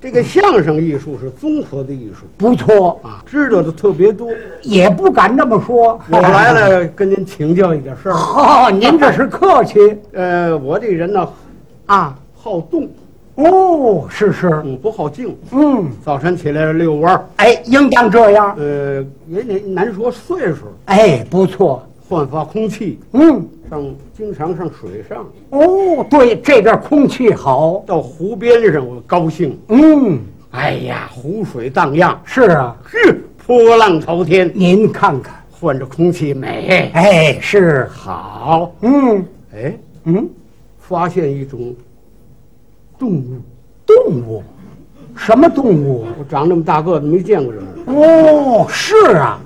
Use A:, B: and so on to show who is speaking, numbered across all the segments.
A: 这个相声艺术是综合的艺术
B: 不错，
A: 啊，知道的特别 多。
B: 也不敢那么说。
A: 我来，了， 跟您请教一点事儿。
B: 哈，您这是客气
A: 呃，我这人呢，
B: 啊。
A: 好动，
B: 哦，是是，
A: 嗯，不好静。
B: 嗯，
A: 早晨起来遛弯儿，
B: 哎，应当这样。
A: 呃，也难难说岁数，
B: 哎，不错。
A: 焕发空气，
B: 嗯，
A: 上经常上水上，
B: 哦，对，这边空气好。
A: 到湖边上我高兴。
B: 嗯，
A: 哎呀，湖水荡漾，
B: 是啊，
A: 是波浪滔天，
B: 您看看，
A: 换着空气美
B: 哎，是，
A: 好。
B: 嗯
A: 哎，
B: 嗯，
A: 发现一种动物，
B: 动物，什么动物？
A: 我长那么大个子没见过这种，
B: 哦，是啊，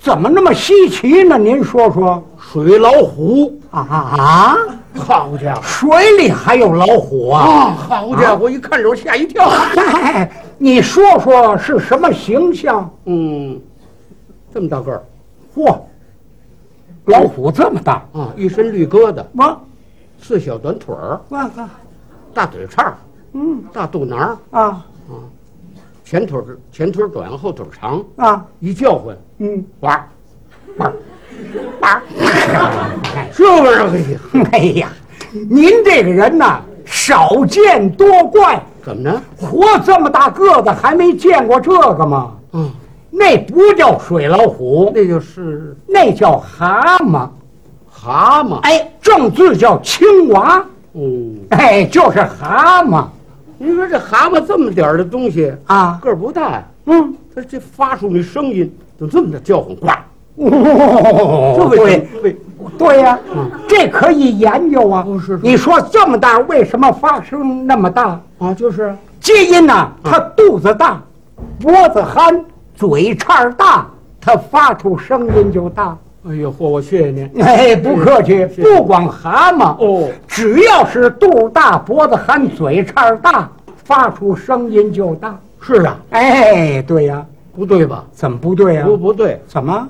B: 怎么那么稀奇呢？您说说
A: 水老虎，
B: 啊啊！
A: 好家伙！
B: 水里还有老虎啊！
A: 啊，好家伙！一看着我吓一跳。
B: 哎，你说说是什么形象？
A: 嗯，这么大个儿
B: 嚯，老虎这么大，
A: 啊，一身绿疙瘩，
B: 我
A: 四小短腿儿，
B: 我看，
A: 大腿叉儿，
B: 嗯
A: 大肚腩儿，
B: 啊
A: 前腿儿前腿儿短，后腿儿长，
B: 啊
A: 一叫唤，
B: 嗯，
A: 哇儿，哇儿，哇 儿，这玩意儿
B: 哎呀，您这个人呐，少见多怪，
A: 怎么着？
B: 活这么大个子还没见过这个吗？
A: 嗯，
B: 那不叫水老虎，
A: 那就是
B: 那叫蛤蟆。
A: 蛤蟆。
B: 哎，正字叫青蛙，
A: 嗯，
B: 哎，就是蛤蟆
A: 您说这蛤蟆这么点儿的东西，
B: 啊。
A: 个儿不大呀，
B: 嗯，
A: 它这发出那声音怎么这么的叫唤？呱，这
B: 哦，
A: 为
B: 对
A: 什么为
B: 对呀、这可以研究啊。
A: 哦是是
B: 你说这么大，为什么发声那么大？
A: 啊？就是啊
B: 基因呐、它肚子大，脖子憨，嘴叉儿大，它发出声音就大。
A: 哎呦嚯！我谢谢您。
B: 哎，不客气，
A: 是
B: 不光蛤蟆
A: 哦
B: 只要是肚大、脖子憨、嘴叉儿大，发出声音就大。
A: 是啊，
B: 哎，对呀、
A: 不对吧？
B: 怎么不对呀、
A: 不不对，
B: 怎么？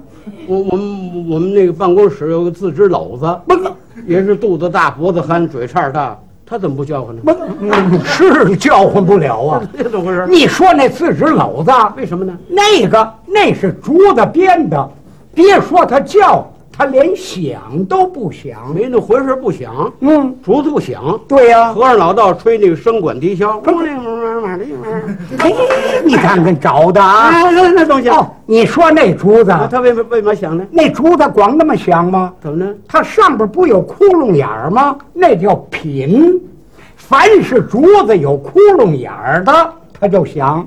A: 我我们我们那个办公室有个自知篓子，
B: 不不
A: 也是肚子大、脖子憨、嘴叉大，他怎么不叫唤呢？
B: 不，嗯是叫唤不了啊！
A: 这怎么回事？
B: 你说那自制篓子，
A: 为什么呢？
B: 那个那是竹子编的，别说它叫，它连响都不响。
A: 没那回事，不响，
B: 嗯，
A: 竹子不响。
B: 对呀、
A: 和尚老道吹那个笙管笛箫， 啊，
B: 嘿，你看看找的 啊！
A: 那那东西，
B: 哦，你说那竹子，
A: 啊他为为嘛响呢？
B: 那竹子光那么响吗？
A: 怎么呢？
B: 它上边不有窟窿眼儿吗？那叫品。凡是竹子有窟窿眼儿的，它就响。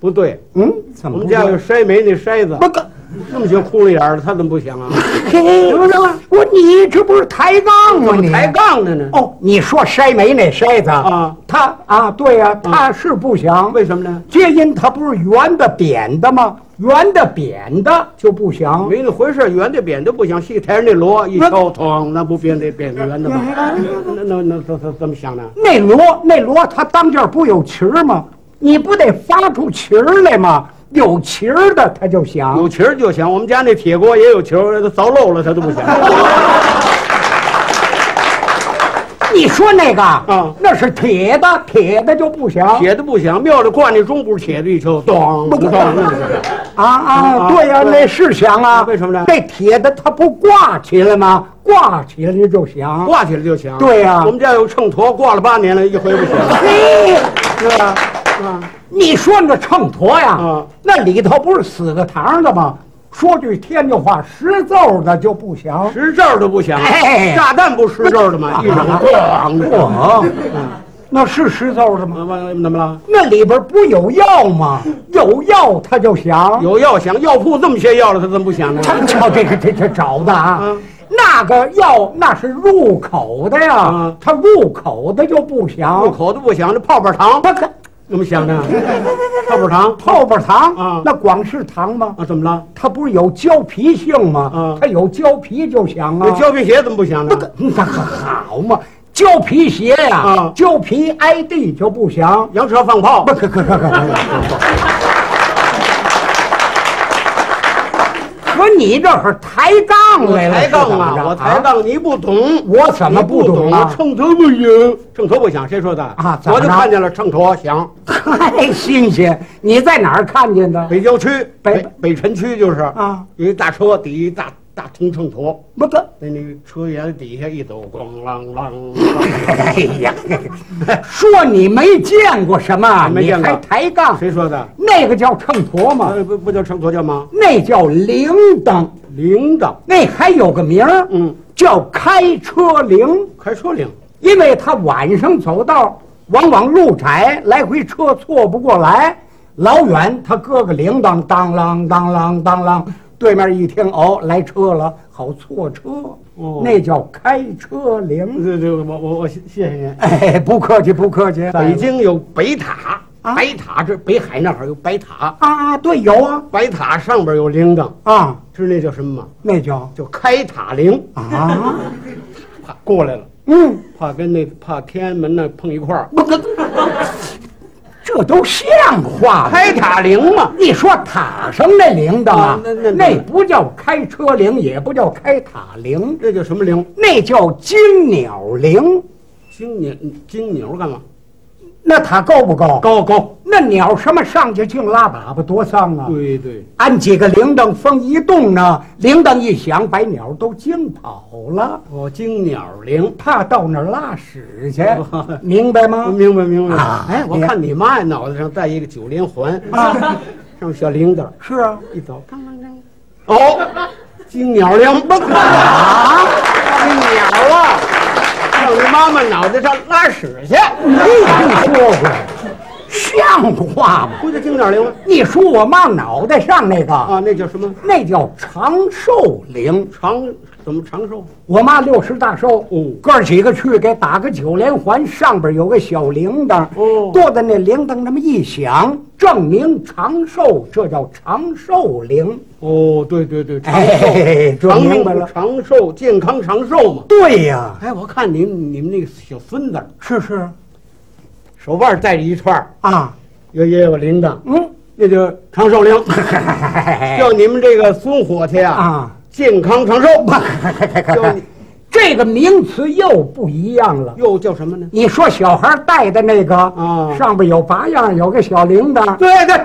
A: 不对，
B: 嗯，怎
A: 我
B: 么
A: 们
B: 不
A: 家有
B: 对？
A: 筛煤那筛子，
B: 不可，
A: 那么些窟窿眼儿的，他怎么不响 啊？
B: 嘿，
A: 什么什么
B: 我你这不是抬杠吗？你
A: 抬杠的呢？
B: 哦，你说筛煤那筛子
A: 啊，嗯
B: 它啊，对呀、它是不响。
A: 为什么呢？
B: 接音它不是圆的扁的吗？圆的扁的就不响。
A: 没那回事，圆的扁的不响，戏台上那锣一敲，咚，那不扁的扁的圆的吗？那那那怎怎怎么响呢？
B: 那锣那锣它当间不有旗儿吗？你不得发出旗儿来吗？有旗儿的它就响。
A: 有旗儿就响，我们家那铁锅也有球，儿，凿漏了它都不响。
B: 你说那个
A: 啊
B: 那是铁的，铁的就不响。
A: 铁的不响，庙里挂那钟鼓，铁的一敲，咚咚，那不响。
B: 啊啊，
A: 啊
B: 对呀、
A: 对
B: 那是响啊。
A: 为什么呢
B: 那铁的它不挂起来吗？挂起来就响。
A: 挂起来就响。
B: 对呀
A: 我们家有秤砣，挂了八年了，一回不响。
B: 嘿，
A: 是吧？啊，
B: 你说那秤砣呀，
A: 啊
B: 那里头不是死个堂的吗？说句天津话，识奏的就不响。
A: 识咒都不响
B: 哎，
A: 炸弹不识咒的吗？一扔咣的。
B: 哇，那是识奏的吗？
A: 完完怎么了？
B: 那里边不有药 吗？有药它就响。
A: 有药响，药铺这么些药了，它怎么不响呢？
B: 他们瞧这个这这找的啊
A: 嗯，
B: 那个药那是入口的呀
A: 嗯，
B: 它入口的就不响。
A: 入口都不响，那泡泡糖
B: 那个
A: 怎么响呢？ 泡泡糖
B: 泡泡糖
A: 啊
B: 那光是糖吗？
A: 啊，怎么了？
B: 它不是有胶皮性吗
A: 嗯？
B: 它有胶皮就响啊
A: 那。胶皮鞋怎么不响
B: 那
A: 呢
B: 个？那个好嘛，胶皮鞋呀
A: 啊，
B: 胶皮挨地就不响。
A: 洋车放炮
B: 不，可可可可可可。可可可你这儿抬杠
A: 我
B: 来了，
A: 抬杠
B: 是怎么
A: 啊，
B: 着
A: 我抬，杠，你不懂，
B: 我怎么
A: 你不
B: 懂啊？
A: 秤砣不行，秤砣不响，谁说的
B: 啊怎么
A: 我就
B: 着
A: 看见了秤砣响，
B: 太新鲜！你在哪儿看见的？
A: 北郊区
B: 北
A: 北北辰区就是
B: 啊，
A: 有一大车底一大大铜秤砣，
B: 不不，
A: 在那个车沿底下一走，咣啷啷啷，
B: 哎 呀，说你没见过什么，
A: 没
B: 你
A: 见过
B: 还抬杠？
A: 谁说的？
B: 那个叫秤砣吗？
A: 啊，不不叫秤砣叫吗？
B: 那叫铃铛，
A: 铃铛，
B: 那还有个名儿，
A: 嗯，
B: 叫开车铃，
A: 开车铃，
B: 因为他晚上走道，往往路窄，来回车错不过来，老远他搁个铃铛，当啷当啷当啷，对面一听哦，来车了，好错车，
A: 哦
B: 那叫开车铃。
A: 对对，我我我谢谢谢您。
B: 哎，不客气，不客 气。
A: 北京有北塔，
B: 啊
A: 白塔这北海那儿有白塔，
B: 啊，对，有啊
A: 白塔上边有铃铛，
B: 啊，
A: 知道那叫什么吗？
B: 那叫
A: 叫开塔铃。
B: 啊，
A: 怕过来了，
B: 嗯，
A: 怕跟那怕天安门那碰一块儿。
B: 不不，这都像话吗？
A: 开塔铃嘛，
B: 你说塔上那铃铛啊
A: 啊，那那
B: 那不叫开车铃，也不叫开塔铃，
A: 这叫什么铃？
B: 那叫金鸟铃。
A: 金鸟金鸟干嘛？
B: 那塔高不高？。
A: 高高。
B: 那鸟什么上去净拉粑粑，多丧啊！
A: 对对，
B: 按几个铃铛，风一动呢，铃铛一响，把鸟都惊跑了，
A: 哦，金鸟铃。，
B: 怕到那儿拉屎去明白吗？
A: 哦明白明白
B: 啊。
A: 哎，我
B: 你
A: 看你妈呀，脑袋上戴一个九连环，
B: 啊，
A: 上面小铃铛，
B: 是啊。
A: 一走，当当当。哦，金鸟铃。
B: 啊，
A: 金鸟啊，上你妈妈脑袋上拉屎去。
B: 没听说过，像话吗？
A: 不就金鸟铃吗？
B: 你说我妈脑袋上那个，
A: 啊，那叫什么？
B: 那叫长寿铃。
A: 长怎么长寿？
B: 我妈六十大寿，
A: 哦
B: 哥儿几个去给打个九连环，上边有个小铃铛，
A: 哦
B: 剁的那铃铛那么一响，证明长寿，这叫长寿铃。
A: 哦，对对对，长寿，
B: 哎，这
A: 长
B: 明
A: 命
B: 白了。
A: 长寿，健康长寿嘛。
B: 对呀、
A: 哎，我看你你们那个小孙子
B: 是是
A: 手腕戴着一串儿，
B: 啊，
A: 也也有铃铛，
B: 嗯，
A: 那叫长寿铃。
B: 叫
A: 叫你们这个孙伙计啊，
B: 哎啊，
A: 健康长寿。 叫你
B: 这个名词又不一样了。
A: 又叫什么呢？
B: 你说小孩戴的那个，
A: 啊
B: 上边有八样，有个小铃铛，
A: 对对，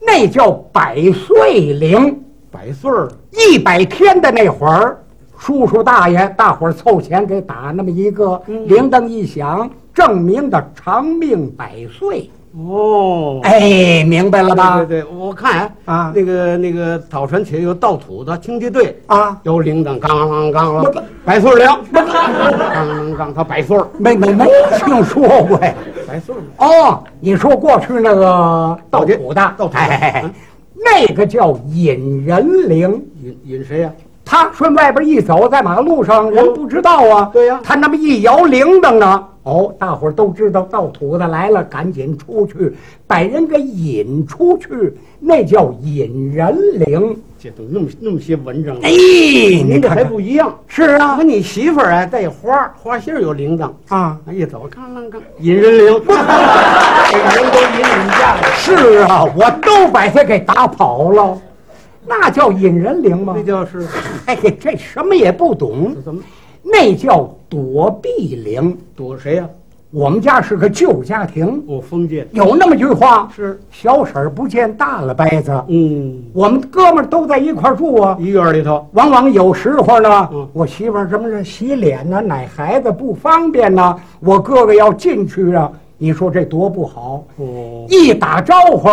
B: 那叫百岁铃。
A: 百岁儿
B: 一百天的那会儿，叔叔大爷大伙儿凑钱给打那么一个
A: 嗯
B: 铃铛一响，证明的长命百岁。
A: 哦。
B: 哎，明白了吧？
A: 对对对，我看哎
B: 啊
A: 那个那个早晨起来有盗土的清洁队，
B: 啊，
A: 有铃铛，当啷当
B: 不不
A: 啷，百岁儿铃，当啷当，他百岁儿，
B: 没没没听说过呀。
A: 百岁儿嘛
B: 哦，你说过去那个盗土的，
A: 盗土的
B: 哎
A: 嗯，
B: 那个叫引人铃。
A: 引引谁呀？
B: 他顺外边一走，在马路上人不知道啊。
A: 嗯对呀
B: 他那么一摇铃铛呢，哦，大伙儿都知道盗土的来了，赶紧出去，把人给引出去，那叫引人铃。
A: 这都那么那么些文章啊，
B: 哎，
A: 您
B: 你
A: 这
B: 看
A: 还
B: 看，
A: 不一样。
B: 是
A: 我
B: 啊
A: 跟你媳妇儿啊，带花儿花心儿有铃铛，
B: 啊，
A: 哎一走，刚啷刚，引人铃，给人都引你们家了，
B: 是啊，我都把他给打跑了，那叫引人铃吗
A: 那？就是
B: 哎，这什么也不懂，
A: 这怎么
B: 那叫躲避铃。
A: 躲谁呀？
B: 我们家是个旧家庭，
A: 我封建
B: 有那么句话
A: 是，
B: 小婶儿不见大了掰子。
A: 嗯，
B: 我们哥们儿都在一块儿住啊，
A: 一院儿里头，
B: 往往有时候呢，
A: 嗯
B: 我媳妇儿什么是洗脸呐、奶孩子不方便呐、我哥哥要进去啊，你说这多不好！
A: 哦，
B: 一打招呼，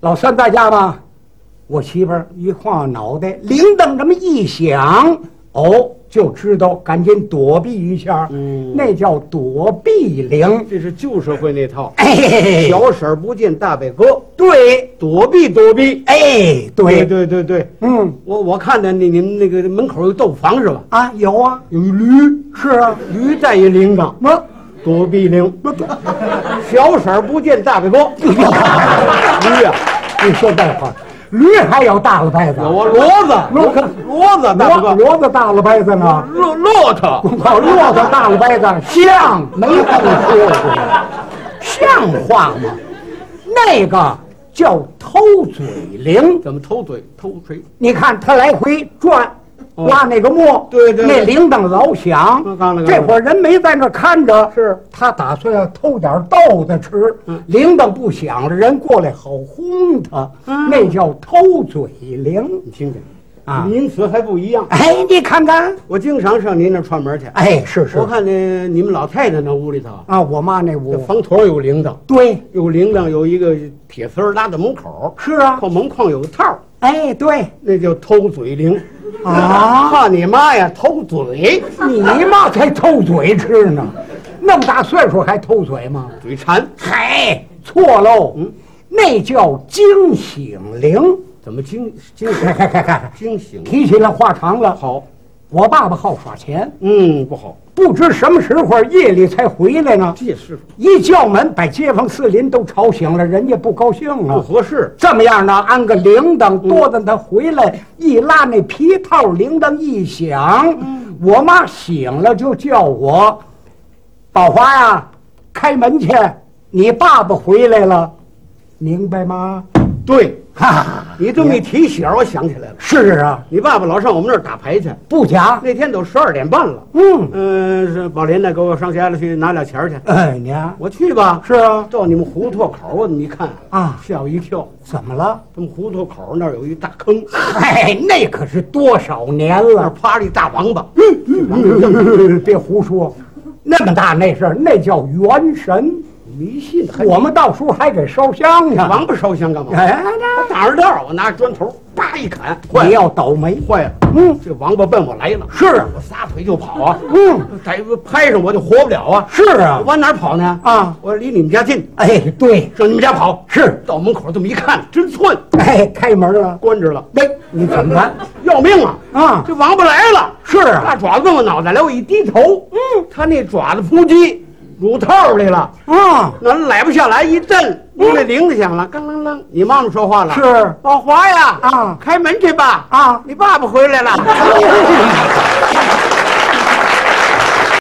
B: 老三在家吗？我媳妇儿一晃脑袋，铃铛这么一响，哦，就知道赶紧躲避一下，
A: 嗯
B: 那叫躲避铃。
A: 这是旧社会那套，
B: 哎，
A: 小婶儿不见大伯哥，
B: 对，
A: 躲避躲避。
B: 哎，
A: 对
B: 对，
A: 对对对，
B: 嗯。
A: 我我看着你你们那个门口有豆腐房是吧？
B: 啊，有啊，
A: 有一驴，
B: 是啊，
A: 驴带一铃铛，
B: 我
A: 躲避铃。小婶儿不见大伯哥， 驴呀、
B: 啊你说这话，驴还有大了掰子，
A: 有啊，骡子，
B: 骡子
A: 骡子，大
B: 骡
A: 伯哥，
B: 骡子大了嗯掰子呢，
A: 骆骆驼，
B: 靠骆驼大了掰子，像没听说过，像话吗？那个叫偷嘴铃。
A: 怎么偷嘴偷锤？
B: 你看他来回转，
A: 哦
B: 拉那个磨，
A: 对对对
B: 那铃铛老响
A: 嗯干了干。了
B: 这会儿人没在那儿看着，
A: 是
B: 他打算要偷点豆子吃
A: 嗯。
B: 铃铛不响了，人过来好轰他，
A: 嗯
B: 那叫偷嘴铃
A: 你听听
B: 啊
A: 名词还不一样。
B: 哎，你看看，
A: 我经常上您那儿串门去，
B: 哎，是是
A: 我看那你们老太太那屋里头，
B: 啊，我妈那
A: 这
B: 屋，
A: 房头有铃铛，
B: 对，
A: 有铃铛，有一个铁丝儿拉在门口，
B: 是啊，
A: 靠门框有个套儿，
B: 哎，对，
A: 那叫偷嘴铃。
B: 啊
A: 怕你妈呀，偷嘴，
B: 你妈才偷嘴吃呢， 那么大岁数还偷嘴吗？
A: 嘴馋，
B: 嗨，错喽，
A: 嗯
B: 那叫惊醒铃。
A: 怎么惊惊
B: 嗨嗨嗨嗨，
A: 惊醒？
B: 提起来话长了。
A: 好，
B: 我爸爸好耍钱，
A: 嗯，不好，
B: 不知什么时候夜里才回来呢。
A: 这也是
B: 一叫门，把街坊四邻都吵醒了，人家不高兴
A: 不
B: 啊。
A: 合适。
B: 这么样呢，安个铃铛，多着他回来一拉那皮套，铃铛一响，我妈醒了就叫我，宝花呀、开门去，你爸爸回来了，明白吗？
A: 对
B: 哈哈，
A: 你这么一提醒儿，我想起来了，
B: 是啊，
A: 你爸爸老上我们那儿打牌去，
B: 不假。
A: 那天都十二点半了。
B: 嗯，
A: 嗯，是宝林呢，给我上家里去拿俩钱儿去。
B: 哎，你啊，
A: 我去吧，
B: 是啊，
A: 到你们胡同口啊，你一看
B: 啊
A: 吓我一跳。
B: 怎么了？
A: 他们胡同口那儿有一大坑，
B: 嗨，那可是多少年
A: 那儿
B: 了！
A: 趴着一大王八，
B: 嗯别胡说，那么大那事儿，那叫元神。
A: 迷信还
B: 我们到时候还给烧香呢。
A: 王八烧香干嘛？
B: 哎，
A: 我挡着道儿，我拿砖头叭一砍，
B: 那
A: 坏
B: 你
A: 了，
B: 要倒霉。
A: 坏了！
B: 嗯，
A: 这王八奔我来了，
B: 是啊，
A: 我撒腿就跑啊！
B: 嗯，
A: 逮拍上我就活不了啊！
B: 是啊
A: 我，往哪儿跑呢？
B: 啊，
A: 我离你们家近，
B: 哎，对，
A: 上你们家跑。
B: 是，啊
A: 到门口这么一看，真寸，
B: 哎，开门了，
A: 关着了，
B: 那你怎么办？
A: 要命啊！
B: 啊，
A: 这王八来了，
B: 是啊，
A: 大爪子奔我脑袋来，我一低头，嗯，他那爪子扑击乳套里了，
B: 啊，嗯
A: 那来不下来，一震，那铃子响了，当啷啷，你妈妈说话了，
B: 是
A: 宝华呀，
B: 啊
A: 开门去吧，
B: 啊。
A: 你爸爸回来了。